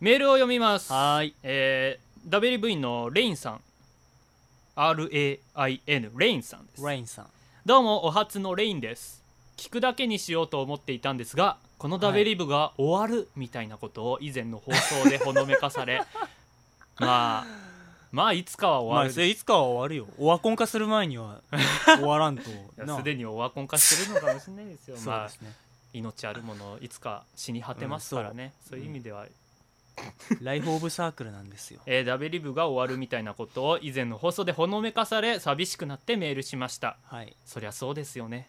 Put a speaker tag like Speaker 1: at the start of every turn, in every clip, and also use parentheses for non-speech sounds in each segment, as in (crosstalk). Speaker 1: メールを読みます
Speaker 2: はーい
Speaker 1: えー、WV のレインさん RAIN レインさんです
Speaker 2: レインさん
Speaker 1: どうもお初のレインです聞くだけにしようと思っていたんですがこのダベリブが終わるみたいなことを以前の放送でほのめかさ
Speaker 2: (laughs)
Speaker 1: れまあまあいつかは終
Speaker 2: ま
Speaker 1: わ
Speaker 2: あ
Speaker 1: る
Speaker 2: そ
Speaker 1: で
Speaker 2: れ
Speaker 1: し
Speaker 2: いつかは終わるよオワコン化する前
Speaker 1: (laughs)
Speaker 2: には終わらんと
Speaker 1: ょい
Speaker 2: な
Speaker 1: やすでにオワコン化してるのかもしれないですよ
Speaker 2: そう
Speaker 1: ま
Speaker 2: で
Speaker 1: あ
Speaker 2: すね
Speaker 1: 命あるものいつか死に果てますからね、そういう意味では、
Speaker 2: ライフオブサークルなんですよ
Speaker 1: えーダベリブが終わるみたいなことを以前の放送でほのめかされ寂しくなってメールしました (laughs)
Speaker 2: はい
Speaker 1: そりゃそうですよね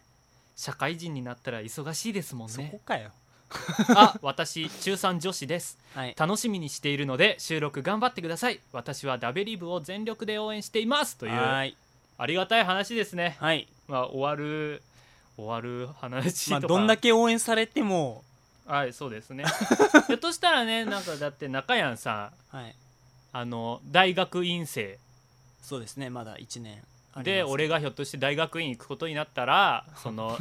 Speaker 1: 社会人になったら忙しいですもん
Speaker 2: そこ
Speaker 1: ね
Speaker 2: かよ
Speaker 1: (laughs) あ私中3女子です
Speaker 2: はい
Speaker 1: 楽しみにしているので収録頑張ってください私はダベリブを全力で応援していますという
Speaker 2: は
Speaker 1: あ
Speaker 2: ーい
Speaker 1: りがたい話ですね
Speaker 2: はい
Speaker 1: まあ終わる終わる話
Speaker 2: まあ
Speaker 1: とか、
Speaker 2: どんだけ応援されても
Speaker 1: はいそうです
Speaker 2: (laughs)
Speaker 1: ねひょっとしたらねなんかだって中谷さん
Speaker 2: はい
Speaker 1: あの大学院生
Speaker 2: そうですねまだ1年あり
Speaker 1: で
Speaker 2: ます
Speaker 1: 俺がひょっとして大学院行くことになった
Speaker 2: (laughs)
Speaker 1: らその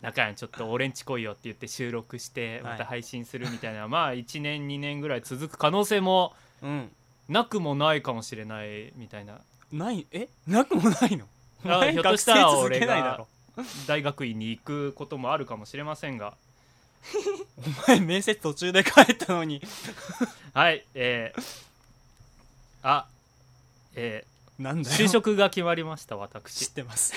Speaker 1: 中谷ちょっと俺んち来いよって言って収録して
Speaker 2: はい
Speaker 1: また配信するみたいな、まあ1年2年ぐらい続く可能性も
Speaker 2: うん
Speaker 1: なくもないかもしれないみたいな
Speaker 2: ないえなくもないの
Speaker 1: あ
Speaker 2: お前
Speaker 1: ひょっとしたら
Speaker 2: 学生続けない
Speaker 1: 俺が
Speaker 2: だろ
Speaker 1: 大学院に行くこともあるかもしれませんが
Speaker 2: お前面接途中で帰ったのに
Speaker 1: はいえー、あえ
Speaker 2: なん
Speaker 1: ー
Speaker 2: だよ
Speaker 1: 就職が決まりました
Speaker 2: 知っ (laughs)
Speaker 1: 私
Speaker 2: てます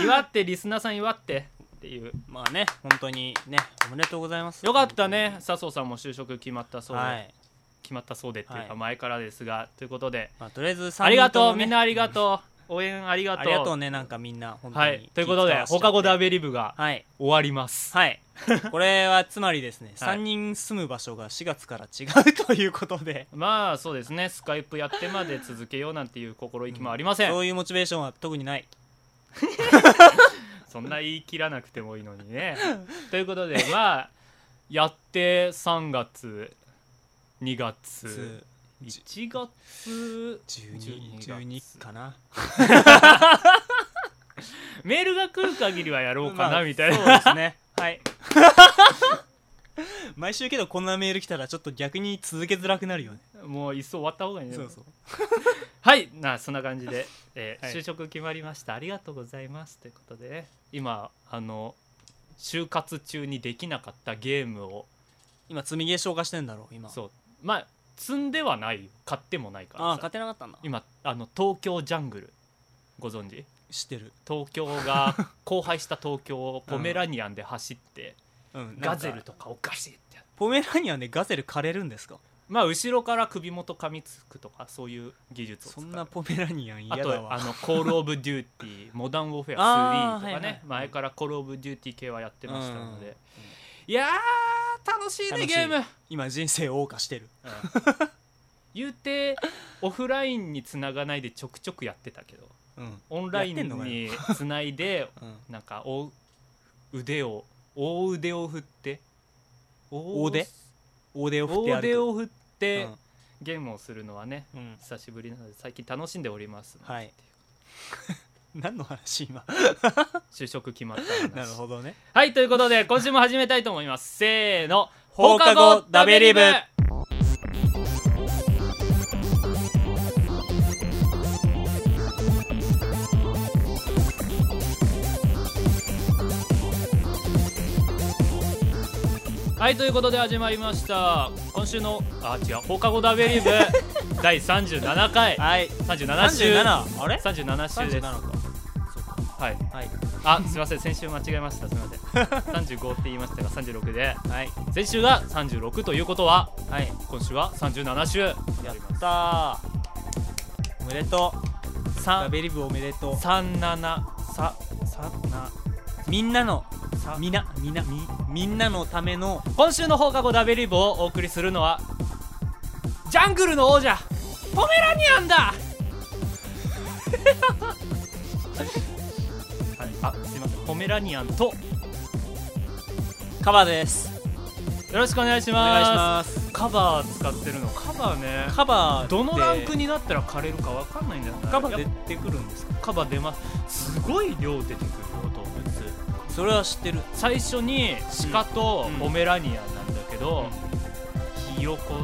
Speaker 1: 祝ってリスナーさん祝ってっていう
Speaker 2: まあね本当にねおめでとうございます
Speaker 1: よかったね笹生さんも就職決まったそうで、
Speaker 2: はい、
Speaker 1: 決まったそうでっていう
Speaker 2: は
Speaker 1: か
Speaker 2: い
Speaker 1: 前からですがということで
Speaker 2: まあ、とりあえず
Speaker 1: ありがとうみんなあ
Speaker 2: り
Speaker 1: りがとう応援ありがとう
Speaker 2: ありがとうねなんかみんな本当に、
Speaker 1: はいということで放課後ダ
Speaker 2: だ
Speaker 1: ベリブが
Speaker 2: はい
Speaker 1: 終わります
Speaker 2: はいこれはつまりですね、
Speaker 1: はい
Speaker 2: 3人住む場所が4月から違うということで
Speaker 1: まあそうですねスカイプやってまで続けようなんていう心意気もありません、
Speaker 2: そういうモチベーションは特にない
Speaker 1: そんな言い切らなくてもいいのにね。ということでまあやって3月2月1月
Speaker 2: 12
Speaker 1: 12
Speaker 2: 12かな
Speaker 1: メールが来る限りはやろうか
Speaker 2: まあ
Speaker 1: なみたいな、
Speaker 2: そうで
Speaker 1: (laughs)
Speaker 2: すねはい (laughs) 毎週けどこんなメール来たらちょっと逆に続けづらくなるよね
Speaker 1: もういっそ終わった方がいいね
Speaker 2: そうそう
Speaker 1: はいなそんな感じ
Speaker 2: (laughs)
Speaker 1: で、えー
Speaker 2: はい
Speaker 1: 就職決まりましたありがとうございますということで、ね、今あの就活中にできなかったゲームを
Speaker 2: 今積み消消化してんだろう今
Speaker 1: そうまあ積んではないよ買ってもないからさ
Speaker 2: ああ勝てなかったんだ
Speaker 1: 今あの東京ジャングルご存知
Speaker 2: 知ってる
Speaker 1: 東京
Speaker 2: (laughs)
Speaker 1: が荒廃した東京をポメラニアンで走って、
Speaker 2: うん
Speaker 1: ガゼル
Speaker 2: と
Speaker 1: とかおかしいってやる
Speaker 2: ポメラニアンでガゼル枯れるんですか
Speaker 1: まあ後ろから首元噛みつくとかそういう技術を使。
Speaker 2: そうんなポメラニアン
Speaker 1: あ
Speaker 2: 嫌だ
Speaker 1: とあ
Speaker 2: わ
Speaker 1: の「コール・オブ・デューティー」「モダン・ウォーフェア3」
Speaker 2: あ
Speaker 1: と
Speaker 2: ー
Speaker 1: かね、
Speaker 2: はいはい
Speaker 1: 前から「コール・オブ・デューティー」系はやってましたので、
Speaker 2: うん
Speaker 1: いやー楽しい
Speaker 2: 楽
Speaker 1: ね
Speaker 2: しい
Speaker 1: ゲーム、
Speaker 2: 今人生を謳歌してる
Speaker 1: (laughs) 言うてオフラインにつながないでちょくちょくやってたけど
Speaker 2: うん
Speaker 1: オンライ
Speaker 2: やって
Speaker 1: ン
Speaker 2: んのかよ
Speaker 1: につないで
Speaker 2: うん
Speaker 1: なんか大腕を大腕を振って大
Speaker 2: 大手大手を振っ
Speaker 1: 大
Speaker 2: てやる
Speaker 1: 腕を振って、
Speaker 2: うん
Speaker 1: ゲームをするのはね
Speaker 2: うん
Speaker 1: 久しぶりなので最近楽しんでおります、
Speaker 2: はい何の話今
Speaker 1: 就職決まった話
Speaker 2: (laughs) なるほどね
Speaker 1: はいということで今週も始めたいと思いますせーの
Speaker 2: 放課後ダベリブ
Speaker 1: はいということで始まりました今週のあ違う放課後ダベリ
Speaker 2: (laughs)
Speaker 1: ブ第37回
Speaker 2: はい
Speaker 1: 37週
Speaker 2: 37あれ
Speaker 1: 37週です
Speaker 2: かそうか
Speaker 1: はい
Speaker 2: はい
Speaker 1: あすいません先週間違えましたすいません35って言いましたが36で
Speaker 2: はい
Speaker 1: 先週が36ということは
Speaker 2: はい
Speaker 1: 今週は37週
Speaker 2: やったーおめでとうラベリブおめでとう
Speaker 1: 337ささな
Speaker 2: みんなの
Speaker 1: さ
Speaker 2: みなみなみみんなのための
Speaker 1: 今週の放課後ダベリブをお送りするのはジャングルの王者ポメラニアンだはいあすいませんポメラニアンとよ
Speaker 2: カバーです
Speaker 1: ろしくお願いし
Speaker 2: お願いし
Speaker 1: ま
Speaker 2: ます
Speaker 1: すカバー使ってるのカバーね
Speaker 2: カバーって
Speaker 1: どのランクになったら枯れるかわかんないんだよね
Speaker 2: カバー
Speaker 1: やっ
Speaker 2: 出てくるんですか
Speaker 1: ぱカバー出ますすごい量出てくるよ動物
Speaker 2: それは知ってる
Speaker 1: 最初に鹿と
Speaker 2: うん
Speaker 1: ポメラニアンなんだけど、ひよこ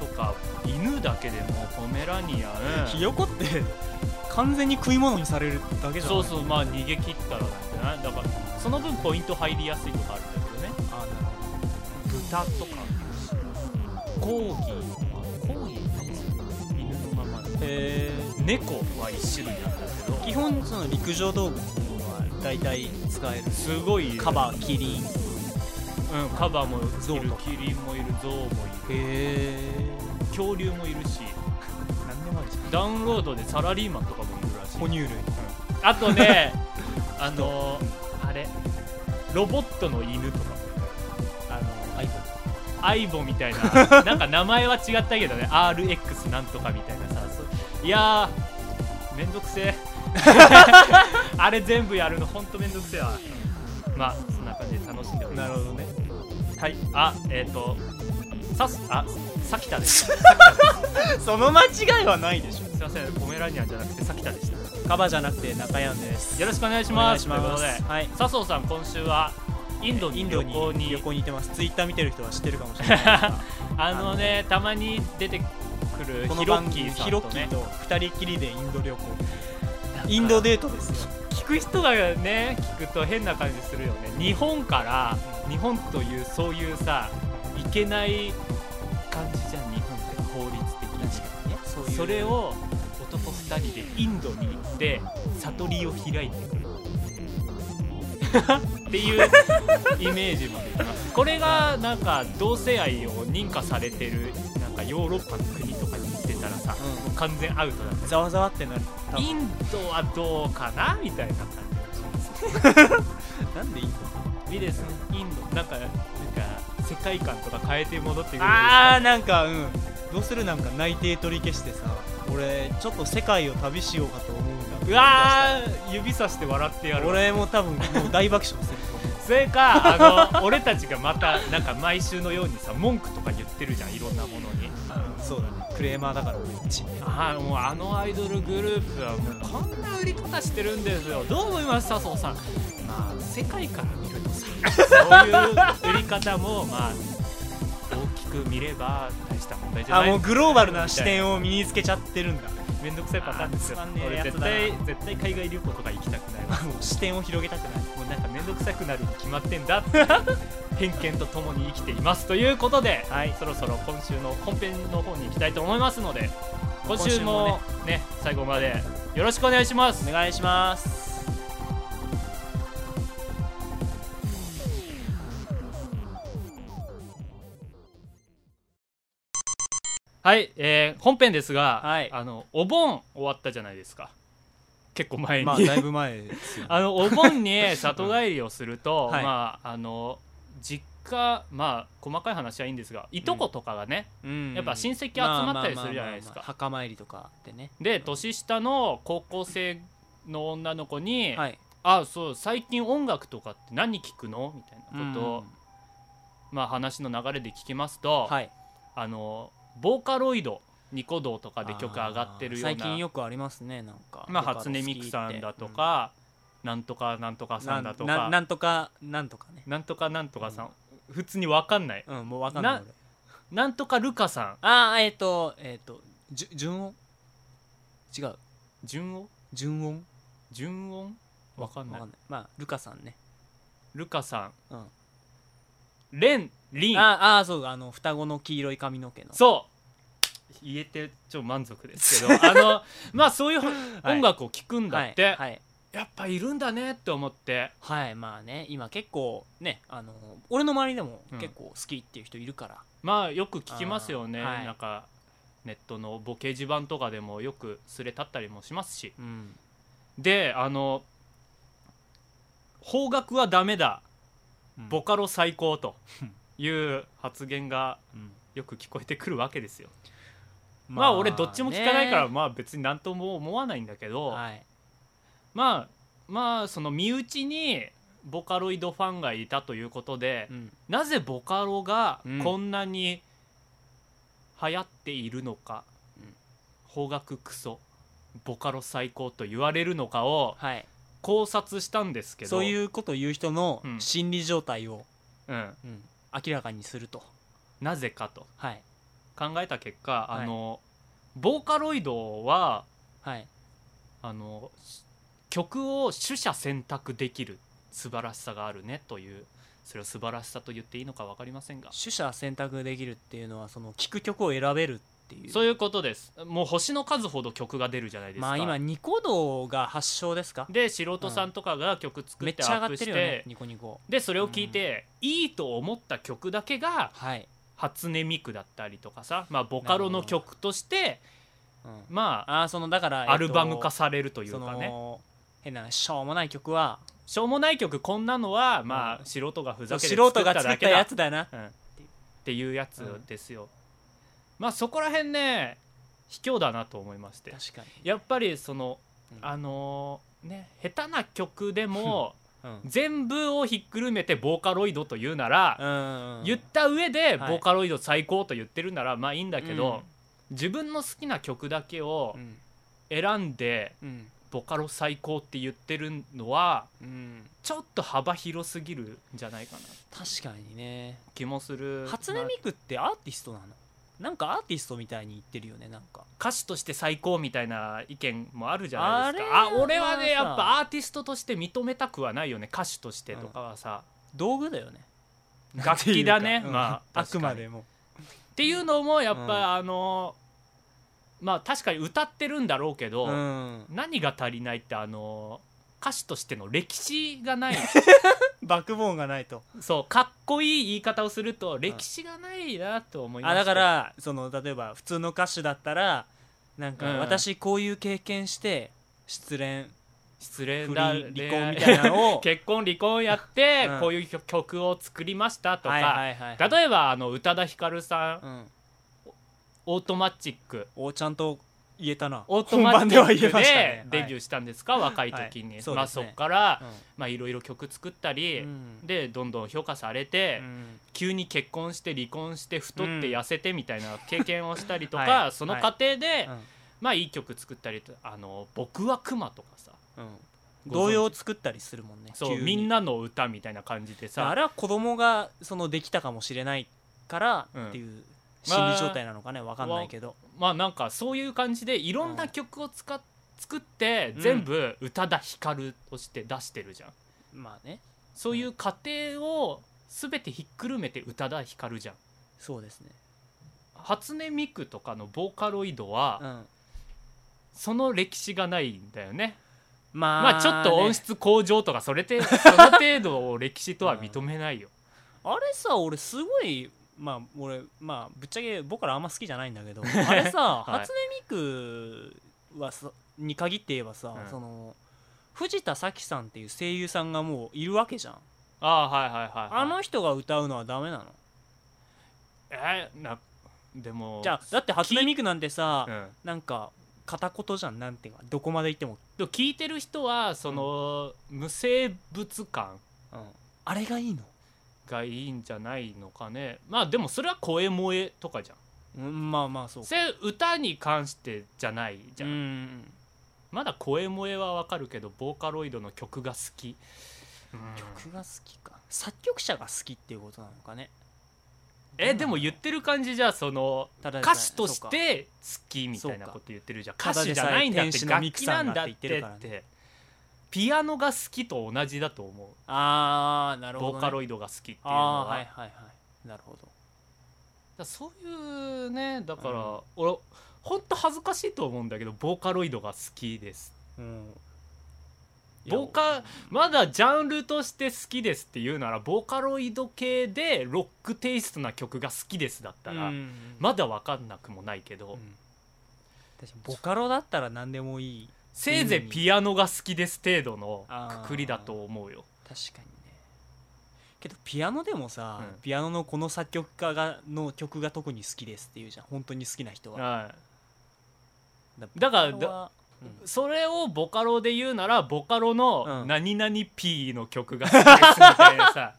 Speaker 1: とか犬だけでもポメラニアン
Speaker 2: ひよこって完全に食い物にされるだけじゃん
Speaker 1: そうそうまあ逃げ切ったらなんじゃないだからその分ポイント入りやすいとかあるんだけどね
Speaker 2: あなるほ
Speaker 1: 豚とかコーギーとかコーギーって犬の名前
Speaker 2: どえ
Speaker 1: 猫は一種類なんだけど
Speaker 2: ー基本その陸上動物っていうのは大体使える
Speaker 1: すごい
Speaker 2: カバキリンへ
Speaker 1: うん、カバも
Speaker 2: ゾ
Speaker 1: い
Speaker 2: ウ
Speaker 1: る
Speaker 2: とか
Speaker 1: キリンもいるゾウもい
Speaker 2: え
Speaker 1: る恐竜もいるし
Speaker 2: 何でもあるじゃん
Speaker 1: ダウンロードでサラリーマンとかもいるらしい
Speaker 2: 哺乳類
Speaker 1: あと
Speaker 2: (laughs)
Speaker 1: ねあのあれロボットの犬とか
Speaker 2: あのアイコ
Speaker 1: アイボみたいな
Speaker 2: (laughs)
Speaker 1: なんか名前は違ったけどね RX なんとかみたいなさそういやーめんどくせ
Speaker 2: (laughs)
Speaker 1: えあれ全部やるのほんとめんどくせえわまあそんな感じで楽しんでおり
Speaker 2: ン
Speaker 1: ます
Speaker 2: ほどね
Speaker 1: はいあえっ、ー、とさすあさきたです
Speaker 2: その間違いはないでしょ
Speaker 1: すいませんポメラニアンじゃなくてさきたでした
Speaker 2: カバじゃなくて中山です
Speaker 1: よろしくお願いし
Speaker 2: お
Speaker 1: ま
Speaker 2: 願い
Speaker 1: す
Speaker 2: します
Speaker 1: ということで
Speaker 2: はい
Speaker 1: 笹生さん今週はインドに旅行に
Speaker 2: 旅行に行ってますツイッター見てる人は知ってるかもしれ (laughs) ないですが
Speaker 1: あのねたまに出てくる
Speaker 2: この
Speaker 1: ヒロ
Speaker 2: 番
Speaker 1: ッキ
Speaker 2: 組
Speaker 1: ーさ
Speaker 2: ヒ
Speaker 1: ん
Speaker 2: ロ
Speaker 1: と
Speaker 2: ッキー
Speaker 1: ね
Speaker 2: と2人っきりでインド旅行インドデートですよ
Speaker 1: 聞く人がね聞くと変な感じするよね日本から日本というそういうさいけない感じじゃん日本って法律的に
Speaker 2: そ
Speaker 1: それを男2人でインドに行って悟りを開いてくる
Speaker 2: (laughs)
Speaker 1: っていうイメージもできますこれがなんか同性愛を認可されてるなんかヨーロッパの国とかに行ってたらさ、
Speaker 2: うん
Speaker 1: もう完全アウトだね
Speaker 2: ざわざわってなる多分
Speaker 1: インドはどうかなみたいな感じがします
Speaker 2: なんでインド
Speaker 1: いいですねインドなんかなんか世界観とか変えて戻ってくる
Speaker 2: あーなんかうんどうするなんか内定取り消してさ俺ちょっと世界を旅しようかと思うんだ
Speaker 1: うわー指さして笑ってやる
Speaker 2: 俺も多分もう大爆笑すると思う
Speaker 1: それかあの俺たちがまたなんか毎週のようにさ文句とか言ってるじゃんいろんなものに
Speaker 2: あ (laughs) そうだねクレーマーだから俺っち
Speaker 1: ああもうあのアイドルグループはもうこんな売り方してるんですよどう思います笹生さんまあ世界から見るとさそういう売り方もまあ大きく見れば大した問題じゃ
Speaker 2: あ
Speaker 1: ない
Speaker 2: もうグローバルな視点を身につけちゃってる (laughs) んだ
Speaker 1: めんどくさいパターンですよ
Speaker 2: あーつまんねえ
Speaker 1: 俺
Speaker 2: や
Speaker 1: 絶
Speaker 2: つだな
Speaker 1: 対絶対海外旅行とか行きたくないわ
Speaker 2: あもう視点を広げたくない
Speaker 1: もうなんかめんどくさくなるに決まってんだって偏見とともに生きていますということで、そろそろ今週の本編の方に行きたいと思いますので今週もね最後までよろしくお願いします
Speaker 2: お願いします
Speaker 1: はい、えー本編ですが、
Speaker 2: はい
Speaker 1: あのお盆終わったじゃないですか結構前に、
Speaker 2: まあだいぶ前です (laughs) よ
Speaker 1: あのお盆に里帰りをすると、
Speaker 2: (laughs) はい
Speaker 1: まああの実家まあ細かい話はいいんですがいとことかがね、
Speaker 2: うん
Speaker 1: やっぱ親戚集まったりするじゃないですか
Speaker 2: まあまあまあまあ墓参りとかってね
Speaker 1: で年下の高校生の女の子に「
Speaker 2: はい
Speaker 1: あそう最近音楽とかって何聞くの?」みたいなことを、まあ、話の流れで聞きますと、
Speaker 2: はい
Speaker 1: あのボーカロイドニコ動とかで曲上がってるような
Speaker 2: 最近よくありますねなんか
Speaker 1: まあ、初音ミクさんだとか、なんとかなんとかさんだとか
Speaker 2: な
Speaker 1: な
Speaker 2: ななんとかなんとかね
Speaker 1: んとかなんとかさん、普通にわかんない
Speaker 2: うんもうわかんない
Speaker 1: な
Speaker 2: 俺
Speaker 1: なんとかルカさん
Speaker 2: ああえっ、とえっ、とじゅ順音違う
Speaker 1: 順音
Speaker 2: 順音
Speaker 1: 順音わかんない
Speaker 2: わかんないまあルカさんね
Speaker 1: ルカさ
Speaker 2: うんあ
Speaker 1: んレンリン
Speaker 2: あーそうあの双子の黄色い髪の毛の
Speaker 1: そう言えてちょっと満足ですけ
Speaker 2: (laughs)
Speaker 1: どあのまあそういう
Speaker 2: い
Speaker 1: 音楽を聴くんだって、
Speaker 2: はいはい、
Speaker 1: やっぱいるんだねって思って
Speaker 2: はい、まあね今結構ねあの俺の周りでも
Speaker 1: うん
Speaker 2: 結構好きっていう人いるから、
Speaker 1: まあよく聞きますよね、
Speaker 2: あーはい
Speaker 1: なんかネットのボケ地盤とかでもよくすれ立ったりもしますし
Speaker 2: うん
Speaker 1: であの邦楽はダメだ
Speaker 2: うん
Speaker 1: ボカロ最高という発言が
Speaker 2: うん
Speaker 1: よく聞こえてくるわけですよ、
Speaker 2: ま
Speaker 1: まあ、俺どっちも聞かないから
Speaker 2: ね
Speaker 1: まあ別に何とも思わないんだけど、
Speaker 2: はい、
Speaker 1: まあまあその身内にボカロイドファンがいたということで、
Speaker 2: うん
Speaker 1: なぜボカロが
Speaker 2: うん
Speaker 1: こんなに流行っているのか、
Speaker 2: うん
Speaker 1: 邦楽クソボカロ最高と言われるのかを
Speaker 2: はい、
Speaker 1: 考察したんですけど
Speaker 2: そう
Speaker 1: う、
Speaker 2: いうことを言う人の
Speaker 1: うん
Speaker 2: 心理状態を、
Speaker 1: ん、
Speaker 2: うん明らかにすると
Speaker 1: なぜかと
Speaker 2: はい
Speaker 1: 考えた結果、
Speaker 2: はい
Speaker 1: あのボーカロイドは
Speaker 2: はい
Speaker 1: あのし曲を取捨選択できる素晴らしさがあるねというそれを素晴らしさと言っていいのか分かりませんが
Speaker 2: 取捨選択できるっていうのはその聴く曲を選べるっていう
Speaker 1: そういうことですもう星の数ほど曲が出るじゃないですか、
Speaker 2: まあ今ニコ動が発祥ですか
Speaker 1: で素人さんとかが曲作
Speaker 2: め
Speaker 1: っ
Speaker 2: ってちゃ
Speaker 1: ア
Speaker 2: 上
Speaker 1: ッ
Speaker 2: が
Speaker 1: プ
Speaker 2: って
Speaker 1: し
Speaker 2: る
Speaker 1: て、
Speaker 2: よねニコニコ
Speaker 1: でそれを聞いて、いいと思った曲だけが
Speaker 2: はい、
Speaker 1: 初音ミクだったりとかさ、まあ、ボカロの曲として
Speaker 2: うん
Speaker 1: ま
Speaker 2: ああそのだから、
Speaker 1: あ
Speaker 2: えっと
Speaker 1: アルバム化されるという
Speaker 2: そ
Speaker 1: かね
Speaker 2: の変なしょうもない曲は
Speaker 1: しょうもない曲こんなのはま
Speaker 2: う
Speaker 1: あ素人がふ
Speaker 2: 素
Speaker 1: ざけて
Speaker 2: 人
Speaker 1: 作った
Speaker 2: が作
Speaker 1: だ
Speaker 2: っ
Speaker 1: け
Speaker 2: た
Speaker 1: だ
Speaker 2: や
Speaker 1: っ
Speaker 2: つだな
Speaker 1: ていうやつですよ、まあそこら辺ね卑怯だなと思いまして
Speaker 2: 確かに
Speaker 1: やっぱりその
Speaker 2: うん
Speaker 1: あのーね下手な曲でも
Speaker 2: うん
Speaker 1: 全部をひっくるめてボーカロイドというなら、
Speaker 2: うん
Speaker 1: 言った上でボ
Speaker 2: はい
Speaker 1: ーカロイド最高と言ってるならまあいいんだけど、
Speaker 2: うん
Speaker 1: 自分の好きな曲だけを
Speaker 2: うん
Speaker 1: 選んで
Speaker 2: うん
Speaker 1: ボカロ最高って言ってるのは
Speaker 2: うん
Speaker 1: ちょっと幅広すぎるんじゃないかな
Speaker 2: 確かにね
Speaker 1: 気もする
Speaker 2: 初音ミクってアーティストなのなんかアーティストみたいに言ってるよねなんか
Speaker 1: 歌手として最高みたいな意見もあるじゃないですか
Speaker 2: あ
Speaker 1: あ
Speaker 2: れは
Speaker 1: 俺はね
Speaker 2: さ
Speaker 1: やっぱアーティストとして認めたくはないよね歌手と
Speaker 2: (laughs)
Speaker 1: してとかはさ、
Speaker 2: 道具だよね
Speaker 1: (laughs) 楽器だね
Speaker 2: なんていう
Speaker 1: ま
Speaker 2: かうん
Speaker 1: あ
Speaker 2: あくまでも
Speaker 1: っていうのもやっぱ、
Speaker 2: うん
Speaker 1: あのまあ確かに歌ってるんだろうけど、
Speaker 2: うん
Speaker 1: 何が足りないってあの歌手としての歴史がない (laughs)
Speaker 2: バックボーンがないと
Speaker 1: そうかっこいい言い方をすると歴史がないなと思いま
Speaker 2: あ
Speaker 1: す
Speaker 2: だからその例えば普通の歌手だったらなんか
Speaker 1: うん
Speaker 2: 私こういう経験して失恋
Speaker 1: 失礼
Speaker 2: 不
Speaker 1: な
Speaker 2: 倫離
Speaker 1: 恋
Speaker 2: 婚
Speaker 1: 愛
Speaker 2: みたいなの
Speaker 1: (laughs)
Speaker 2: を
Speaker 1: 結婚離婚やって、
Speaker 2: うん
Speaker 1: こういう曲曲を作りましたとか、
Speaker 2: はいはいはいはい
Speaker 1: 例えばあの宇多田ヒカルさん、
Speaker 2: うん
Speaker 1: オートマチック
Speaker 2: おちゃんと言えたな
Speaker 1: オートマ
Speaker 2: 本番
Speaker 1: チ
Speaker 2: で
Speaker 1: ッ
Speaker 2: は言え
Speaker 1: ク
Speaker 2: ました
Speaker 1: で
Speaker 2: ね
Speaker 1: デビューしたんですか、若い時に、
Speaker 2: はいそうですね
Speaker 1: まあそっから
Speaker 2: はい
Speaker 1: まあいろいろ曲作ったり、
Speaker 2: うん
Speaker 1: でどんどん評価されて、
Speaker 2: うん
Speaker 1: 急に結婚して離婚して太って痩せてみたいな経験をしたりと
Speaker 2: は
Speaker 1: か
Speaker 2: い
Speaker 1: その過程で、
Speaker 2: うん
Speaker 1: まあいい曲作ったりとあの「僕はクマ」とかさ
Speaker 2: うん
Speaker 1: ご存知
Speaker 2: 童謡を作ったりするもんね
Speaker 1: そう
Speaker 2: 急に
Speaker 1: みんなの歌みたいな感じでさ
Speaker 2: あれは子供がそのできたかもしれないから
Speaker 1: うん
Speaker 2: っていう心理状態なのかねわかんないけど
Speaker 1: まあなんかそういう感じでいろんな曲を使っ作って
Speaker 2: うん
Speaker 1: 全部宇多田ヒカルとして出してるじゃん
Speaker 2: まあね
Speaker 1: そういう過程を全てひっくるめて宇多田ヒカルじゃん
Speaker 2: そうですね
Speaker 1: 初音ミクとかのボーカロイドは、
Speaker 2: うん
Speaker 1: その歴史がないんだよね
Speaker 2: まあ
Speaker 1: まあちょっと音
Speaker 2: ね
Speaker 1: 質向上とかそれて (laughs) その程度を歴史とは認めないよ、
Speaker 2: あれさ俺すごいまあ俺まあぶっちゃけ僕らあんま好きじゃないんだ (laughs) けどあれ
Speaker 1: は
Speaker 2: さ、
Speaker 1: い
Speaker 2: 初音ミクはさに限って言えばさ、
Speaker 1: うん
Speaker 2: その藤田咲さんっていう声優さんがもういるわけじゃん
Speaker 1: ああはいはいはい、はい、
Speaker 2: あの人が歌うのはダメなの
Speaker 1: えーなでも
Speaker 2: じゃあだって初音ミクなんてさ、
Speaker 1: うん
Speaker 2: なんか片言じゃんなんていうかどこまで行っても、
Speaker 1: でも聞いてる人はその、無生物感
Speaker 2: あれがいいの
Speaker 1: がいいんじゃないのかねまあでもそれは声萌えとかじゃん
Speaker 2: うんまあまあそう
Speaker 1: それ歌に関してじゃないじゃん、
Speaker 2: うん
Speaker 1: まだ声萌えはわかるけどボーカロイドの曲が好き、うん
Speaker 2: 曲が好きか作曲者が好きっていうことなのかね
Speaker 1: えでも言ってる感じじゃその
Speaker 2: ただでさえ
Speaker 1: 歌手とし
Speaker 2: そうか
Speaker 1: て好きみたいなこと言ってるじゃん
Speaker 2: そうか
Speaker 1: 歌手じゃないんだって
Speaker 2: ただでさえ
Speaker 1: 楽器なんだってっ
Speaker 2: 天使のミクさんがって言ってる
Speaker 1: て
Speaker 2: からね
Speaker 1: ピアノが好きと同じだと思う
Speaker 2: ああなるほど、ね、
Speaker 1: ボーカロイドが好きっていうのは
Speaker 2: ああーはいはいはいなるほど
Speaker 1: だそういうねだから、
Speaker 2: うん
Speaker 1: 俺ほんと恥ずかしいと思うんだけどボーカロイドが好きです
Speaker 2: うん
Speaker 1: ボーカまだジャンルとして好きですっていうならボーカロイド系でロックテイストな曲が好きですだったら、
Speaker 2: うん
Speaker 1: まだ分かんなくもないけど、
Speaker 2: うん確かにボカロだったら何でもいい
Speaker 1: せいぜいピアノが好きです程度の
Speaker 2: あー
Speaker 1: くくりだと思うよ
Speaker 2: 確かにねけどピアノでもさ、
Speaker 1: うん
Speaker 2: ピアノのこの作曲家がの曲が特に好きですっていうじゃん本当に好きな人は
Speaker 1: は
Speaker 2: だ
Speaker 1: だから
Speaker 2: ボカロはうん
Speaker 1: いそれをボカロで言うならボカロの「
Speaker 2: うん
Speaker 1: 何々 P」の曲が好きですみたいな
Speaker 2: (laughs)
Speaker 1: さ、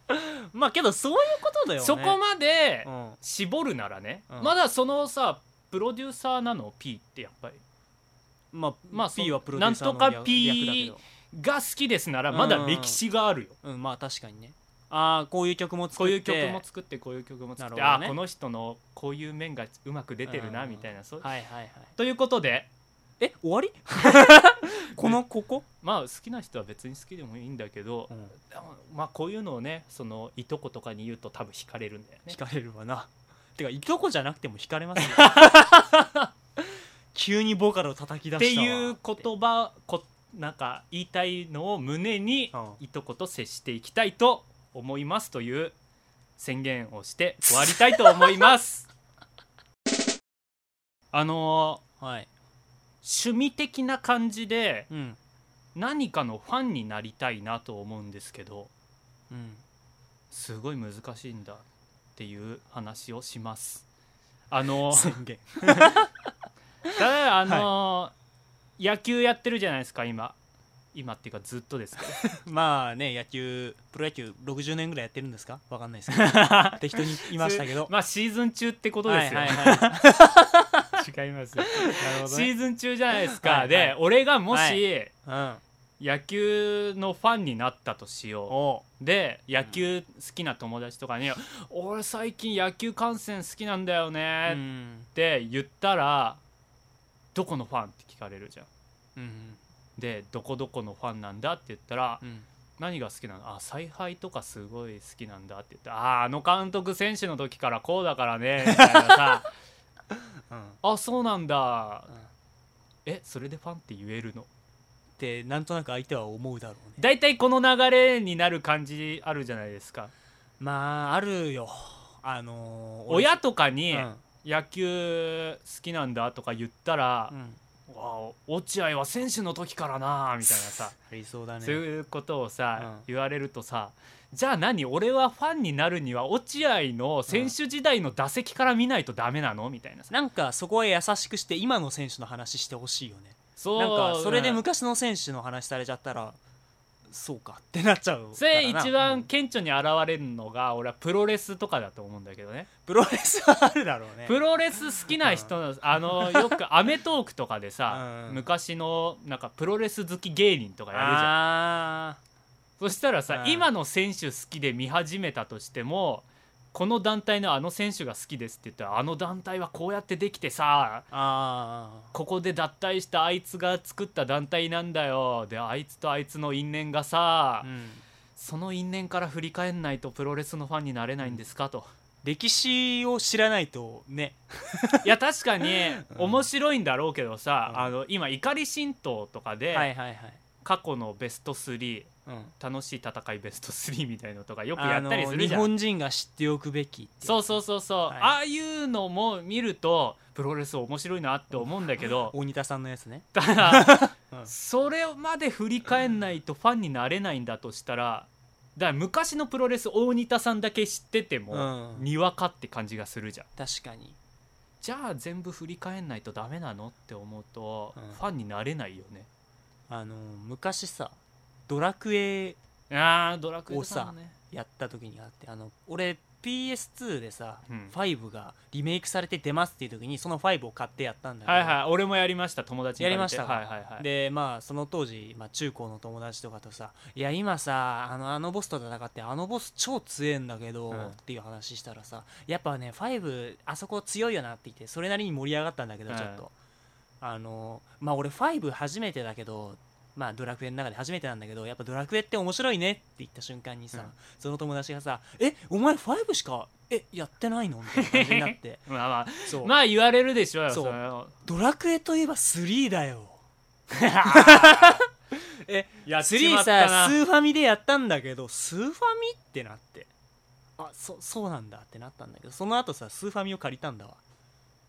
Speaker 2: まあけどそういうことだよね
Speaker 1: そこまで、
Speaker 2: うん
Speaker 1: 絞るならね、
Speaker 2: うん
Speaker 1: まだそのさプロデューサーなの P ってやっぱり
Speaker 2: まあ、
Speaker 1: まあ
Speaker 2: P
Speaker 1: そ
Speaker 2: はプロデューサーの
Speaker 1: なんとか
Speaker 2: 略
Speaker 1: P
Speaker 2: 略だけど
Speaker 1: が好きですならまだ歴史があるよ、
Speaker 2: うんまあ確かにねああこういう曲も作
Speaker 1: こういう
Speaker 2: って
Speaker 1: 曲も作ってこういう曲も作って、
Speaker 2: なる
Speaker 1: あ
Speaker 2: ほど
Speaker 1: あ
Speaker 2: ね
Speaker 1: この人のこういう面がうまく出てるな
Speaker 2: うん
Speaker 1: みたいなそう
Speaker 2: はいはいはい
Speaker 1: ということで
Speaker 2: え
Speaker 1: (laughs)
Speaker 2: 終わりこのここ、
Speaker 1: まあ好きな人は別に好きでもいいんだけど、でもまあこういうのをねそのいとことかに言うと多分惹かれるんだよね
Speaker 2: 惹かれるわなてかいとこじゃなくても惹かれま
Speaker 1: (laughs)
Speaker 2: すよ急にボカロ叩き出
Speaker 1: っ
Speaker 2: してたわ
Speaker 1: いう言葉こなんか言いたいのを胸に
Speaker 2: うん
Speaker 1: いとこと接していきたいと思いますという宣言をして終わりたいと思います
Speaker 2: (laughs)
Speaker 1: あの
Speaker 2: はい
Speaker 1: ー趣味的な感じで
Speaker 2: うん
Speaker 1: 何かのファンになりたいなと思うんですけど
Speaker 2: うん
Speaker 1: すごい難しいんだっていう話をしますあ
Speaker 2: (laughs)
Speaker 1: のー
Speaker 2: 宣言
Speaker 1: ただあのー野球やってるじゃないですか今今っていうかずっと
Speaker 2: (laughs)
Speaker 1: ですけど
Speaker 2: まあね野球プロ野球60年ぐらいやってるんですかわかんないですけ
Speaker 1: (laughs)
Speaker 2: ど適当に言いましたけど
Speaker 1: まあシーズン中ってことですよ、
Speaker 2: は
Speaker 1: (laughs)
Speaker 2: いはいはい
Speaker 1: 違います
Speaker 2: なるほど、
Speaker 1: シ
Speaker 2: ね
Speaker 1: ーズン中じゃないですか、
Speaker 2: はいはい
Speaker 1: で俺がもし、
Speaker 2: はうん、
Speaker 1: 野球のファンになったとしよ
Speaker 2: お
Speaker 1: うで野球好きな友達とかに「俺最近野球観戦好きなんだよ
Speaker 2: う
Speaker 1: ね」っ
Speaker 2: ん
Speaker 1: て言ったら「どこのファン?」って聞かれるじゃん
Speaker 2: うん
Speaker 1: で「どこどこのファンなんだ?」って言ったら
Speaker 2: うん
Speaker 1: 何が好きなのあ采配とかすごい好きなんだって言ってあーあの監督選手の時からこうだからねみたいなさ
Speaker 2: (laughs) うん
Speaker 1: あそうなんだ
Speaker 2: うん
Speaker 1: えそれでファンって言えるの
Speaker 2: ってなんとなく相手は思うだろうね
Speaker 1: 大体この流れになる感じあるじゃないですか
Speaker 2: まああるよあのー、
Speaker 1: 親とか
Speaker 2: に
Speaker 1: に野球好きなんだとか言ったら
Speaker 2: うん、うん
Speaker 1: 「わあ落合は選手の時からな」みたいなさ
Speaker 2: ありそうだね
Speaker 1: そういうことをさ
Speaker 2: うん
Speaker 1: 言われるとさじゃあ何俺はファンになるには落合の選手時代の打席から見ないとダメなのみたいなさ
Speaker 2: なんかそこは優しくして今の選手の話してほしいよね
Speaker 1: そう
Speaker 2: なんかそれで
Speaker 1: うん
Speaker 2: 昔の選手の話されちゃったらそうかってなっちゃう
Speaker 1: それ
Speaker 2: からな
Speaker 1: 一
Speaker 2: う
Speaker 1: 番
Speaker 2: ん
Speaker 1: 顕著に現れるのが俺はプロレスとかだと思うんだけどね
Speaker 2: プロレスはあるだろうね
Speaker 1: プロレス好きな人のあのよく『アメトーーク』とかでさ
Speaker 2: うん
Speaker 1: 昔のなんかプロレス好き芸人とかやるじゃん
Speaker 2: あ
Speaker 1: そしたらさ
Speaker 2: うん
Speaker 1: 今の選手好きで見始めたとしてもこの団体のあの選手が好きですって言ったらあの団体はこうやってできてさ
Speaker 2: ーあ
Speaker 1: ここで脱退したあいつが作った団体なんだよであいつとあいつの因縁がさ
Speaker 2: ー、うん、
Speaker 1: その因縁から振り返んないとプロレスのファンになれないんですかと
Speaker 2: 歴史を知らないとね
Speaker 1: いや確かに面白いんだろうけどさ、
Speaker 2: うん
Speaker 1: あの今怒り神道とかで
Speaker 2: はいはい、
Speaker 1: 過去のベスト3
Speaker 2: うん、
Speaker 1: 楽しい戦いベスト3みたいのとかよく
Speaker 2: あ
Speaker 1: やっ
Speaker 2: の
Speaker 1: たりする
Speaker 2: 日
Speaker 1: じゃん、
Speaker 2: 本人が知っておくべきってい
Speaker 1: そうそうそうそう、
Speaker 2: はい
Speaker 1: ああいうのも見るとプロレス面白いなって思うんだけ
Speaker 2: (laughs)
Speaker 1: ど
Speaker 2: 大仁田さんのやつね
Speaker 1: ただ、
Speaker 2: うん
Speaker 1: それまで振り返んないとファンになれないんだとしたらだから昔のプロレス大仁田さんだけ知ってても、
Speaker 2: うん
Speaker 1: にわかって感じがするじゃん
Speaker 2: 確かに
Speaker 1: じゃあ全部振り返んないとダメなのって思うと、
Speaker 2: うん
Speaker 1: ファンになれないよね
Speaker 2: あの昔さドラクエ
Speaker 1: あードラクエさんね
Speaker 2: やった時にあってあの俺 PS2 でさ、
Speaker 1: うん
Speaker 2: 5がリメイクされて出ますっていう時にその5を買ってやったんだけど、
Speaker 1: はいはい俺もやりました友達に借て
Speaker 2: やりました
Speaker 1: はいはいはい
Speaker 2: でまあその当時、まあ、中高の友達とかとさ「いや今さあのあのボスと戦ってあのボス超強えんだけど」
Speaker 1: うん
Speaker 2: っていう話したらさ「やっぱね5あそこ強いよな」って言ってそれなりに盛り上がったんだけど
Speaker 1: うん
Speaker 2: ちょっと、あのまあ俺5初めてだけどまあドラクエの中で初めてなんだけどやっぱドラクエって面白いねって言った瞬間にさ、
Speaker 1: うん
Speaker 2: その友達がさ「えお前5しかえやってないの?」みたいな感じになって
Speaker 1: (laughs) まあま
Speaker 2: そ
Speaker 1: あ
Speaker 2: う、
Speaker 1: まあ言われるでしょうよ
Speaker 2: そう
Speaker 1: それを
Speaker 2: ドラクエといえば3だよ」 (laughs) え
Speaker 1: やっちま
Speaker 2: 3
Speaker 1: った
Speaker 2: さス
Speaker 1: な
Speaker 2: ーファミでやったんだけどスーファミってなってあそそうなんだってなったんだけどその後さスーファミを借りたんだわ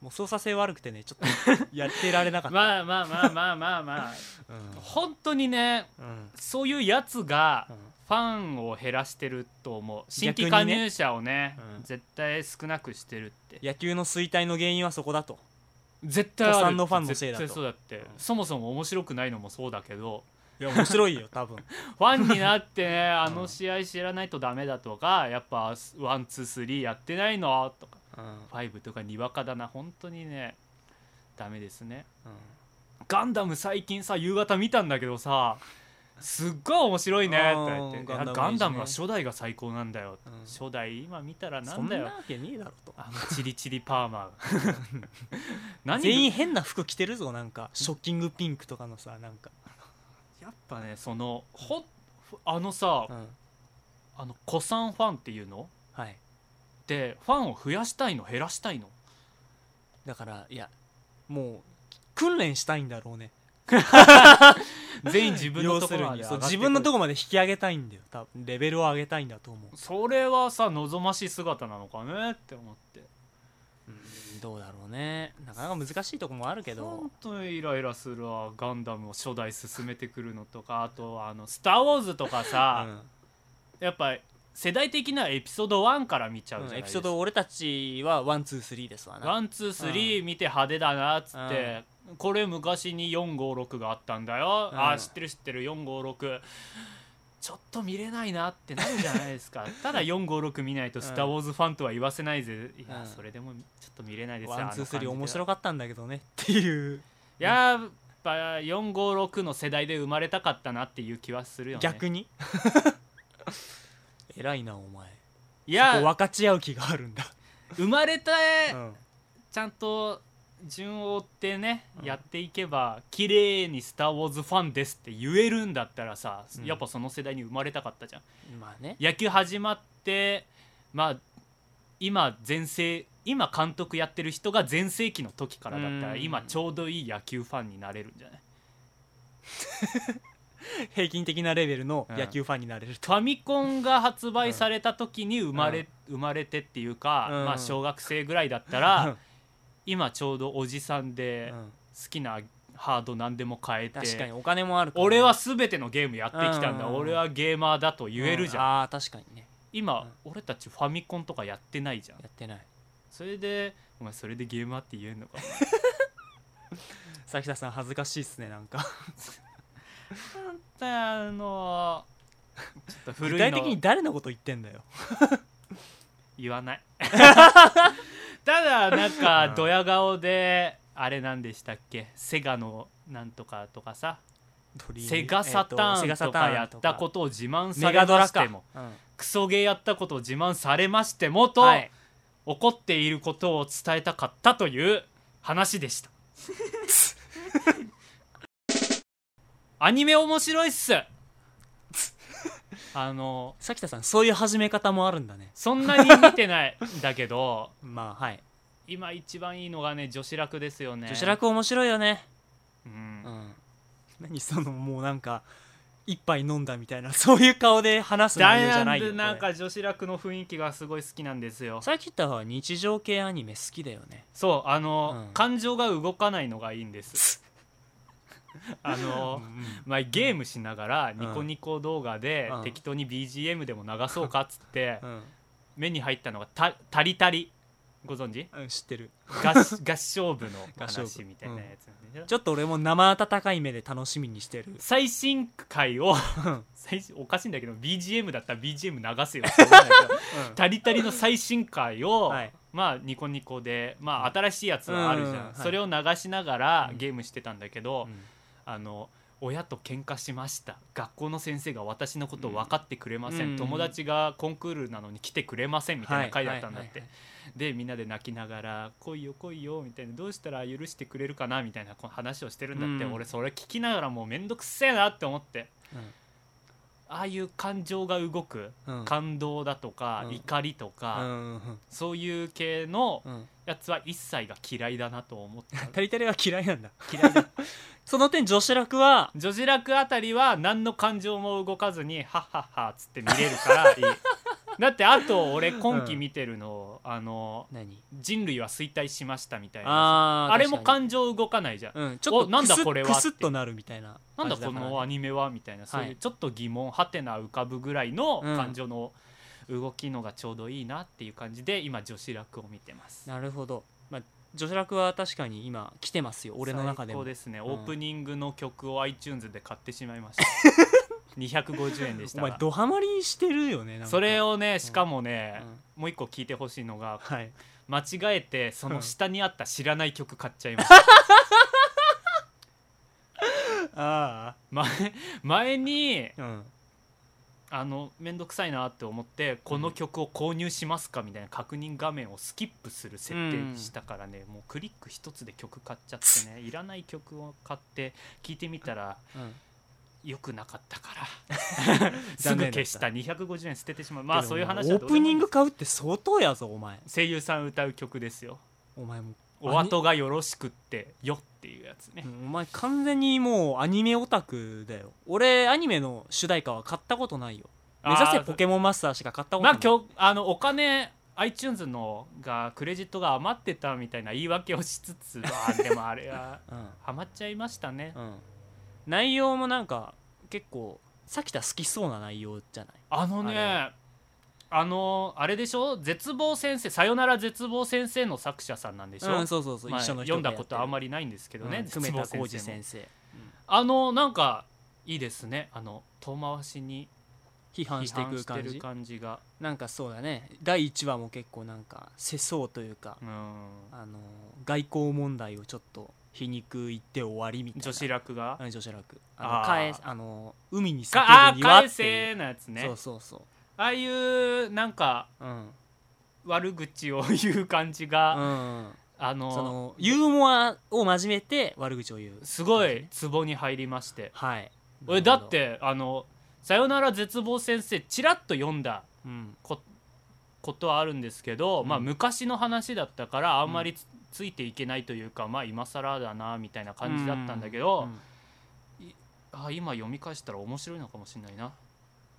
Speaker 2: もう操作性悪くてねちょっとやってられな (laughs) かった、
Speaker 1: まあまあまあまあまあまあ
Speaker 2: うん
Speaker 1: 本当にね
Speaker 2: うん
Speaker 1: そういうやつが
Speaker 2: うん
Speaker 1: ファンを減らしてると思う新規加
Speaker 2: 逆にね
Speaker 1: 入者をね
Speaker 2: うん
Speaker 1: 絶対少なくしてるって
Speaker 2: 野球の衰退の原因はそこだと
Speaker 1: 絶対ある
Speaker 2: 古参のファンのせいだと
Speaker 1: 絶対そうだって、
Speaker 2: ん
Speaker 1: そもそも面白くないのもそうだけど
Speaker 2: いや面白いよ多分
Speaker 1: ファンになって
Speaker 2: (laughs)
Speaker 1: ねあの試合知らないとダメだとかやっぱワンツースリーやってないのとか
Speaker 2: うん、うん
Speaker 1: ファイブとかにわかだな本当にねダメですねガンダム最近さ夕方見たんだけどさすっごい面白いねって言って
Speaker 2: うん
Speaker 1: いや
Speaker 2: ガンダムいいしね
Speaker 1: ガンダムは初代が最高なんだよ、
Speaker 2: うん
Speaker 1: 初代今見たらな
Speaker 2: そ
Speaker 1: ん
Speaker 2: ん
Speaker 1: だ
Speaker 2: な
Speaker 1: よ
Speaker 2: わけねえだろと
Speaker 1: あのチリチリパーマ
Speaker 2: (laughs)
Speaker 1: 何
Speaker 2: 全員変な服着てるぞなんかショッキングピンクとかのさなんか、
Speaker 1: やっぱねそのほあのさ、
Speaker 2: うん、
Speaker 1: あの古参ファンっていうの
Speaker 2: はい
Speaker 1: でファンを増やしたいの減らしたいの
Speaker 2: だからいやもう訓練したいんだろうね
Speaker 1: 全員自分の
Speaker 2: 要
Speaker 1: と
Speaker 2: す
Speaker 1: ころ
Speaker 2: る
Speaker 1: ま
Speaker 2: に
Speaker 1: で
Speaker 2: そう自分のと
Speaker 1: こ
Speaker 2: こまで引き上げたいんだよ多分レベルを上げたいんだと思う、
Speaker 1: それはさ望ましい姿なのかねって思って
Speaker 2: うん、どうだろうねなかなか難しいとこもあるけど
Speaker 1: 本当にイライラするわガンダムを初代進めてくるのとかあとはあの「スター・ウォーズ」とかさ、やっぱ世代的なエピソード1から見ちゃう
Speaker 2: う
Speaker 1: じゃ
Speaker 2: ん
Speaker 1: ない
Speaker 2: エ
Speaker 1: で
Speaker 2: ピ
Speaker 1: す
Speaker 2: ソ
Speaker 1: か
Speaker 2: ード俺たちはワンツースリーですわな
Speaker 1: ワンツースリー見て派手だなっつって、これ昔に456があったんだよ、
Speaker 2: うん
Speaker 1: ああ知ってる知ってる456ちょっと見れないなってなるじゃないです
Speaker 2: (laughs)
Speaker 1: かただ456見ないと「スター・ウォーズ」ファンとは言わせないぜいや、
Speaker 2: うん
Speaker 1: それでもちょっと見れないです
Speaker 2: ワンツースリー面白
Speaker 1: い
Speaker 2: かったんだけどねっていう
Speaker 1: やっぱ456の世代で生まれたかったなっていう気はするよね
Speaker 2: 逆に (laughs) 偉いなお前
Speaker 1: い
Speaker 2: こう
Speaker 1: や
Speaker 2: 分かち合う気があるんだ、
Speaker 1: 生まれて
Speaker 2: うん
Speaker 1: ちゃんと順を追ってね、
Speaker 2: うん
Speaker 1: やっていけば綺麗に「スター・ウォーズ」ファンですって言えるんだったらさ、
Speaker 2: うん
Speaker 1: やっぱその世代に生まれたかったじゃん
Speaker 2: まあね
Speaker 1: 野球始まってまあ今全盛今監督やってる人が全盛期の時からだったら
Speaker 2: うん
Speaker 1: 今ちょうどいい野球ファンになれるんじゃない
Speaker 2: 平均的なレベルの野球ファンになれると、
Speaker 1: ファミコンが発売された時に生まれ,、生まれてっていうか、
Speaker 2: うん
Speaker 1: まあ、小学生ぐらいだったら、
Speaker 2: うん
Speaker 1: 今ちょうどおじさんで
Speaker 2: うん
Speaker 1: 好きなハード何でも変えて
Speaker 2: 確かにお金もあるからね
Speaker 1: 俺は全てのゲームやってきたんだ、
Speaker 2: うん
Speaker 1: 俺はゲーマーだと言えるじゃん、
Speaker 2: うあー確かにね
Speaker 1: 今、俺たちファミコンとかやってないじゃん
Speaker 2: やってない
Speaker 1: それでお前それでゲーマーって言えん
Speaker 2: (laughs)
Speaker 1: のか
Speaker 2: 佐田さん恥ずかしいっすねなんか (laughs)
Speaker 1: なんだよあのちょっと古
Speaker 2: 具
Speaker 1: いの
Speaker 2: 体的に誰のこと言ってんだよ
Speaker 1: 言わない (laughs) ただなんか
Speaker 2: うん
Speaker 1: ドヤ顔であれなんでしたっけセガのなんとかとかさ
Speaker 2: 鳥居
Speaker 1: セガサタ
Speaker 2: えっセ
Speaker 1: ーン
Speaker 2: ガ
Speaker 1: と
Speaker 2: サタ
Speaker 1: か
Speaker 2: ー
Speaker 1: や
Speaker 2: ン
Speaker 1: ったことを自慢さ
Speaker 2: メ
Speaker 1: れ
Speaker 2: ガド
Speaker 1: ま
Speaker 2: ラ
Speaker 1: して
Speaker 2: か
Speaker 1: も、
Speaker 2: うん
Speaker 1: クソゲーやったことを自慢されましてもと、
Speaker 2: はい
Speaker 1: 怒っていることを伝えたかったという話でした
Speaker 2: (laughs)
Speaker 1: アニメ面白いっすあの
Speaker 2: 佐田さんそういう始め方もあるんだね
Speaker 1: そんなに見てないんだけど
Speaker 2: まあはい
Speaker 1: 今一番いいのがね女子楽ですよね
Speaker 2: 女子楽面白いよね
Speaker 1: うん、
Speaker 2: うん何そのもうなんか一杯飲んだみたいな (laughs) そういう顔で話す内容じゃないよ
Speaker 1: で
Speaker 2: これ
Speaker 1: なんか女子楽の雰囲気がすごい好きなんですよ
Speaker 2: 佐田は日常系アニメ好きだよね
Speaker 1: そうあの、
Speaker 2: うん
Speaker 1: 感情が動かないのがいいんです (laughs) あの、前ゲームしながらニコニコ動画で
Speaker 2: うん
Speaker 1: 適当に BGM でも流そうかっつって
Speaker 2: うん
Speaker 1: 目に入ったのがた「タリタリ」ご存知
Speaker 2: うん知ってる
Speaker 1: 合 (laughs) し合唱部の
Speaker 2: 合唱部
Speaker 1: 話みたいなやつなんで
Speaker 2: ちょっと俺も生温かい目で楽しみにしてる
Speaker 1: 最新回を
Speaker 2: ん
Speaker 1: 最新おかしいんだけど BGM だったら BGM 流 (laughs) せよって思うんだけどタリタリの最新回を、
Speaker 2: はい
Speaker 1: まあニコニコでまあ新しいやつはあるじゃん、
Speaker 2: うんうんはい
Speaker 1: それを流しながら
Speaker 2: うん
Speaker 1: ゲームしてたんだけど、
Speaker 2: うん
Speaker 1: あの親と喧嘩しました学校の先生が私のことを分かってくれません、
Speaker 2: うん
Speaker 1: 友達がコンクールなのに来てくれませんみたいな回だったんだって、
Speaker 2: はいはいはい
Speaker 1: でみんなで泣きながら「来いよ来いよ」みたいな「どうしたら許してくれるかな」みたいなこう話をしてるんだって、
Speaker 2: うん
Speaker 1: 俺それ聞きながらもうめんどくせえなって思って
Speaker 2: うん
Speaker 1: ああいう感情が動く、
Speaker 2: うん
Speaker 1: 感動だとか、
Speaker 2: うん
Speaker 1: 怒りと
Speaker 2: う
Speaker 1: か、
Speaker 2: んうん
Speaker 1: そういう系の
Speaker 2: うんうん
Speaker 1: やつは一切が嫌いだなと思った
Speaker 2: タリタリは嫌いなんだ嫌いだ (laughs) その点女子楽は
Speaker 1: 女子楽あたりは何の感情も動かずに「はっはっは」っつって見れるから (laughs) いいだってあと俺今期見てるの、あの
Speaker 2: 何
Speaker 1: 人類は衰退しましたみたいな
Speaker 2: あ
Speaker 1: あ
Speaker 2: ー
Speaker 1: れも
Speaker 2: 確かに
Speaker 1: 感情動かないじゃん、
Speaker 2: うんちょっ
Speaker 1: お
Speaker 2: と
Speaker 1: なんだ
Speaker 2: クスッ
Speaker 1: これは
Speaker 2: クスッとなるみたいな
Speaker 1: なんだこ
Speaker 2: 感じからね
Speaker 1: のアニメはみたいなそうい
Speaker 2: は
Speaker 1: う
Speaker 2: い
Speaker 1: ちょっと疑問ハテナ浮かぶぐらいの
Speaker 2: うん
Speaker 1: 感情の動きのがちょうどいいなっていう感じで今女子楽を見てます
Speaker 2: なるほど、まあ、女子楽は確かに今来てますよ俺の中で
Speaker 1: 最
Speaker 2: も
Speaker 1: 高ですね、
Speaker 2: ん
Speaker 1: オープニングの曲を iTunes で買ってしまいま
Speaker 2: (laughs)
Speaker 1: した250円でした
Speaker 2: お
Speaker 1: が
Speaker 2: 前ドハマりしてるよねなんか
Speaker 1: それをね
Speaker 2: ん
Speaker 1: しかもね、
Speaker 2: うん
Speaker 1: もう一個聞いてほしいのが
Speaker 2: はい
Speaker 1: 間違えて (laughs)
Speaker 2: (laughs)
Speaker 1: その下にあった知らない曲買っちゃいました、
Speaker 2: あ
Speaker 1: 前前に
Speaker 2: あうん
Speaker 1: あの面倒くさいなって思ってこの曲を購入しますかみたいな確認画面をスキップする設定したからね、もうクリック一つで曲買っちゃってねいらない曲を買って聞いてみたら
Speaker 2: うん
Speaker 1: 良くなかったから (laughs) すぐ消した250円捨ててしまうまあ
Speaker 2: けど
Speaker 1: そういう話
Speaker 2: オ
Speaker 1: はど
Speaker 2: ー
Speaker 1: うで
Speaker 2: プ
Speaker 1: もい
Speaker 2: ニ
Speaker 1: い
Speaker 2: ン
Speaker 1: んで
Speaker 2: グ
Speaker 1: す
Speaker 2: 買うって相当やぞお前
Speaker 1: 声優さん歌う曲ですよ
Speaker 2: お前も
Speaker 1: 「お後がよろしくってよ」っていうやつね
Speaker 2: う、んお前完全にもうアニメオタクだよ俺アニメの主題歌は買ったことないよ目指せポケモンマスターしか買ったこと
Speaker 1: ま
Speaker 2: な
Speaker 1: あ
Speaker 2: い、
Speaker 1: 今日あのお金 iTunes のがクレジットが余ってたみたいな言い訳をしつ (laughs) つまあでもあれはハマっちゃいましたね
Speaker 2: うん、うん、内容もなんか結構さきた好きそうな内容じゃない
Speaker 1: あのねあのあれでしょ絶望先生さよなら絶望先生の作者さんなんでしょ、
Speaker 2: うん、そうそうそう、
Speaker 1: まあ
Speaker 2: 一緒の人
Speaker 1: 読んだことあん
Speaker 2: ま
Speaker 1: まりないんですけ
Speaker 2: り
Speaker 1: どね、
Speaker 2: 久
Speaker 1: 絶
Speaker 2: 米
Speaker 1: 望
Speaker 2: 田
Speaker 1: 先
Speaker 2: 浩二
Speaker 1: 生も
Speaker 2: 先生
Speaker 1: あのなんかいいですねあの遠回しに
Speaker 2: 批判
Speaker 1: 批
Speaker 2: してい
Speaker 1: 判
Speaker 2: く
Speaker 1: して
Speaker 2: 感
Speaker 1: る
Speaker 2: じ
Speaker 1: 感じが
Speaker 2: なんかそうだね第1話も結構なんか世相というか、
Speaker 1: うん
Speaker 2: あの外交問題をちょっと皮肉言って終わりみたいな
Speaker 1: 女子楽が
Speaker 2: うん女子楽
Speaker 1: あ
Speaker 2: あ
Speaker 1: ー
Speaker 2: の返すあの海に
Speaker 1: か
Speaker 2: 叫
Speaker 1: あ
Speaker 2: ぶ
Speaker 1: ー
Speaker 2: 庭
Speaker 1: 返
Speaker 2: っていう
Speaker 1: せのやつね
Speaker 2: そうそうそ
Speaker 1: ああいうなんか
Speaker 2: ううん、
Speaker 1: 悪口を言う感じ
Speaker 2: う
Speaker 1: が、
Speaker 2: ん、
Speaker 1: あの
Speaker 2: そのユーモアを真面目て悪口を言う
Speaker 1: すごいツボに入りまして
Speaker 2: はい
Speaker 1: 俺だっ、てあの「さよなら絶望先生」ちらっと読んだ
Speaker 2: うん、
Speaker 1: こことはあるんですけど、
Speaker 2: うん
Speaker 1: まあ昔の話だったからあんまりつ,、いていけないというかまあ今更だなみたいな感じだったんだけど、
Speaker 2: うん
Speaker 1: あ今読み返したら面白いのかもしれないな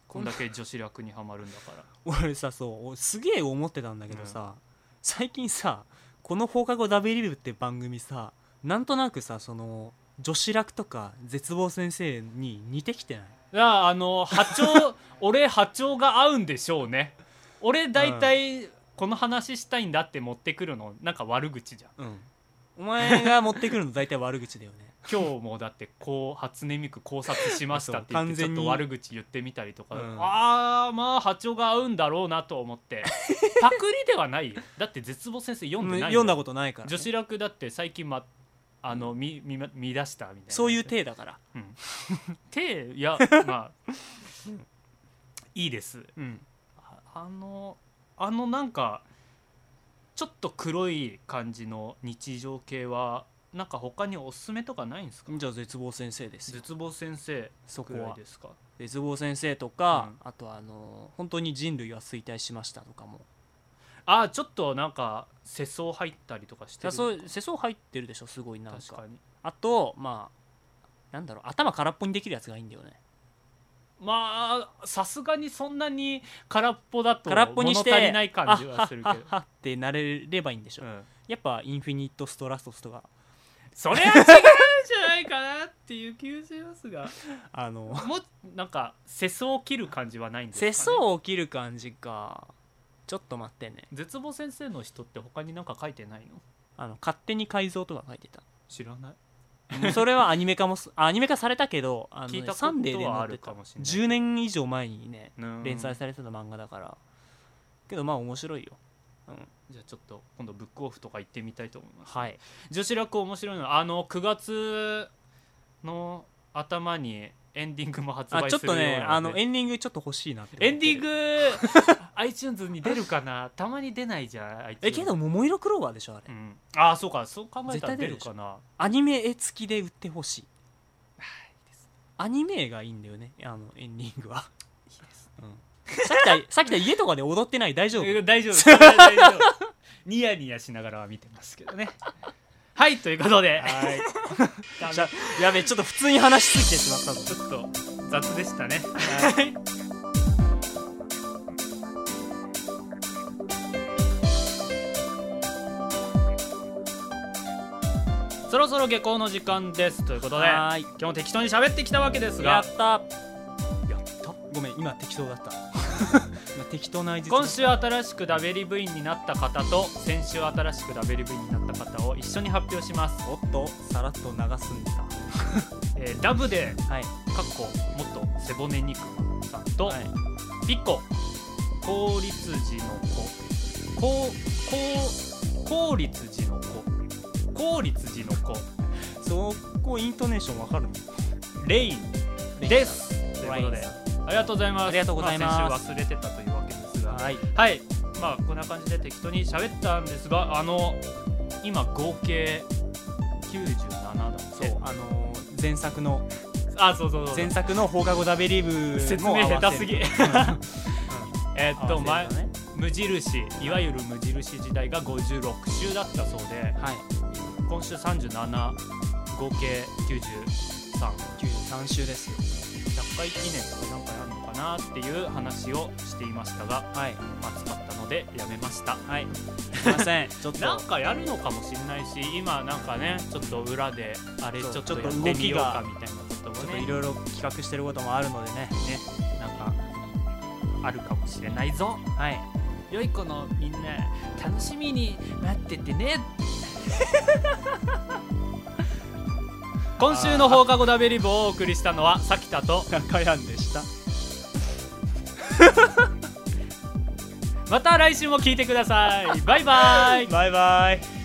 Speaker 1: こんだけ女子楽にはまるんだから
Speaker 2: 俺さそうおすげえ思ってたんだけどさ、最近さこの「放課後ダベリブ」って番組さなんとなくさその女子楽とか絶望先生に似てきてない
Speaker 1: い (laughs) やあの波 (laughs) 長俺波長が合うんでしょうね俺大体この話したいんだって持ってくるのなんか悪口じゃん
Speaker 2: うんお前が持ってくるの大体悪口だ
Speaker 1: (laughs)
Speaker 2: よね
Speaker 1: 今日もだってこう初音ミク考察しましたって言っ (laughs)
Speaker 2: そう
Speaker 1: てちょ
Speaker 2: 完全
Speaker 1: っ
Speaker 2: に
Speaker 1: と悪口言ってみたりとか、
Speaker 2: うん
Speaker 1: あーまあ波長が合うんだろうなと思って (laughs) パクリではないよだって絶望先生読んでない
Speaker 2: 読んだ
Speaker 1: こ
Speaker 2: ことないからね、
Speaker 1: 女子楽だって最近、ま、あの見見ま見出したみたいな
Speaker 2: そういう体だから
Speaker 1: うん、手い
Speaker 2: (laughs)
Speaker 1: やまあいいです
Speaker 2: うん
Speaker 1: ああのあのなんかちょっと黒い感じの日常系はなんか他におすすめとかないんですか
Speaker 2: じゃあ絶望先生ですよ
Speaker 1: 絶望先生
Speaker 2: そこ
Speaker 1: くらい
Speaker 2: は
Speaker 1: ですか
Speaker 2: 絶望先生とか、
Speaker 1: う
Speaker 2: あとあの本当に人類は衰退しましたとかも
Speaker 1: ああちょっとなんか世相入ったりとかしてる
Speaker 2: そう世相入ってるでしょすごいなんか
Speaker 1: 確かに
Speaker 2: あとまあなんだろう頭空っぽにできるやつがいいんだよね
Speaker 1: まあさすがにそんなに空っぽだと
Speaker 2: 空っぽにして
Speaker 1: 物足りない感じはするけ
Speaker 2: あ
Speaker 1: ど
Speaker 2: はっ、はっはってなれればいいんでしょ、
Speaker 1: うん、
Speaker 2: やっぱインフィニットストラストスとか
Speaker 1: それは違うんじゃないかなっていう気がしますが
Speaker 2: あの、
Speaker 1: もうなんか世相を切る感じはないんですか、
Speaker 2: 世
Speaker 1: ね、
Speaker 2: 相を切る感じかちょっと待ってね
Speaker 1: 絶望先生の人って他になんか書いてないの
Speaker 2: あの勝手に改造とか書いてた
Speaker 1: 知らない
Speaker 2: もうそれはアニメ化もすあアニメ化されたけどあの、
Speaker 1: 聞いたこと
Speaker 2: サンデーで
Speaker 1: は
Speaker 2: 載
Speaker 1: あ
Speaker 2: っ
Speaker 1: る
Speaker 2: て
Speaker 1: か
Speaker 2: た
Speaker 1: もしれない
Speaker 2: 10年以上前にね
Speaker 1: うん
Speaker 2: 連載されてた漫画だからけどまあ面白いよ
Speaker 1: じゃあちょっと今度ブックオフとか行ってみたいと思います
Speaker 2: はい
Speaker 1: 女子楽面白いのあの9月の頭にエンディングも発
Speaker 2: あ
Speaker 1: 売
Speaker 2: ちょっ
Speaker 1: するよ
Speaker 2: と
Speaker 1: うなで
Speaker 2: ねあのエンディングちょっと欲しいなって思ってる
Speaker 1: エンディング iTunes に出るかなたまに出ないじゃん iTunes
Speaker 2: えけど桃色クローバーでしょあ
Speaker 1: う
Speaker 2: れ、
Speaker 1: ん、ああそうかそう考えたら
Speaker 2: 絶対出
Speaker 1: 出
Speaker 2: る
Speaker 1: る
Speaker 2: でしょ
Speaker 1: かな
Speaker 2: アニメ絵付きで売ってほしいアニメ絵がいいんだよねあのエンディングは、うん、さっき
Speaker 1: (laughs)
Speaker 2: たさっきた家とかで踊ってない大丈夫
Speaker 1: え大丈夫それは大丈夫ニヤニヤしながらは見てますけどねはいということで
Speaker 2: はい
Speaker 1: ダメ
Speaker 2: じゃやべちょっと普通に話しすぎてしまったぞ
Speaker 1: ちょっと雑でしたねそろそろ下校の時間ですということで
Speaker 2: はーい
Speaker 1: 今日も適当に喋ってきたわけですが
Speaker 2: やったやったごめん今適当だった今適当な合
Speaker 1: (laughs)
Speaker 2: 図
Speaker 1: 今週新しくダベリ部員になった方と先週新しくダベリ部員になった方を一緒に発表します、
Speaker 2: おっとさらっと流すんだ
Speaker 1: えーダブで
Speaker 2: はい
Speaker 1: かっこ元背骨肉さんと、
Speaker 2: はい
Speaker 1: ピコ公立寺の子公公公立寺の子公立寺の子
Speaker 2: そこイントネーションわかるの
Speaker 1: レインですということ
Speaker 2: レイン
Speaker 1: で
Speaker 2: さん
Speaker 1: ありがとうございます
Speaker 2: ありがとうございます
Speaker 1: あ先週忘れてたというわけですが
Speaker 2: はい
Speaker 1: はいまあこんな感じで適当に喋ったんですがあの今合計97だって
Speaker 2: そうあのー前作の
Speaker 1: あそうそうそう
Speaker 2: 前作の放課後ダベリブも
Speaker 1: 説明
Speaker 2: 合
Speaker 1: 下
Speaker 2: わ
Speaker 1: 手
Speaker 2: せ
Speaker 1: す
Speaker 2: る
Speaker 1: (laughs) ぎ
Speaker 2: (laughs)
Speaker 1: えっと
Speaker 2: 合わ
Speaker 1: 前
Speaker 2: せるのね
Speaker 1: 無印いわゆる無印時代が56週だったそうで
Speaker 2: はい
Speaker 1: 今週37合計93
Speaker 2: 93週ですよ
Speaker 1: 100回記念とかなんかやるのかなっていう話をしていましたが、
Speaker 2: はい
Speaker 1: まあ、使ったのでやめました
Speaker 2: はいすいませんちょっと
Speaker 1: なんかやるのかもしれないし今なんかねちょっと裏であれち
Speaker 2: そう
Speaker 1: ょっと
Speaker 2: ちょっ
Speaker 1: や
Speaker 2: と
Speaker 1: ってみようかみたいなこと
Speaker 2: ちょ
Speaker 1: も
Speaker 2: っと
Speaker 1: ね
Speaker 2: いろいろ企画してることもあるのでね
Speaker 1: ねなんかあるかもしれないぞ
Speaker 2: はい
Speaker 1: 良い子のみんな楽しみに待ってて
Speaker 2: (laughs)
Speaker 1: ね今週の放課後ダベリブをお送りしたのはさきたと
Speaker 2: 中やんでした
Speaker 1: また来週も聞いてくださいバイバイ
Speaker 2: バイバイ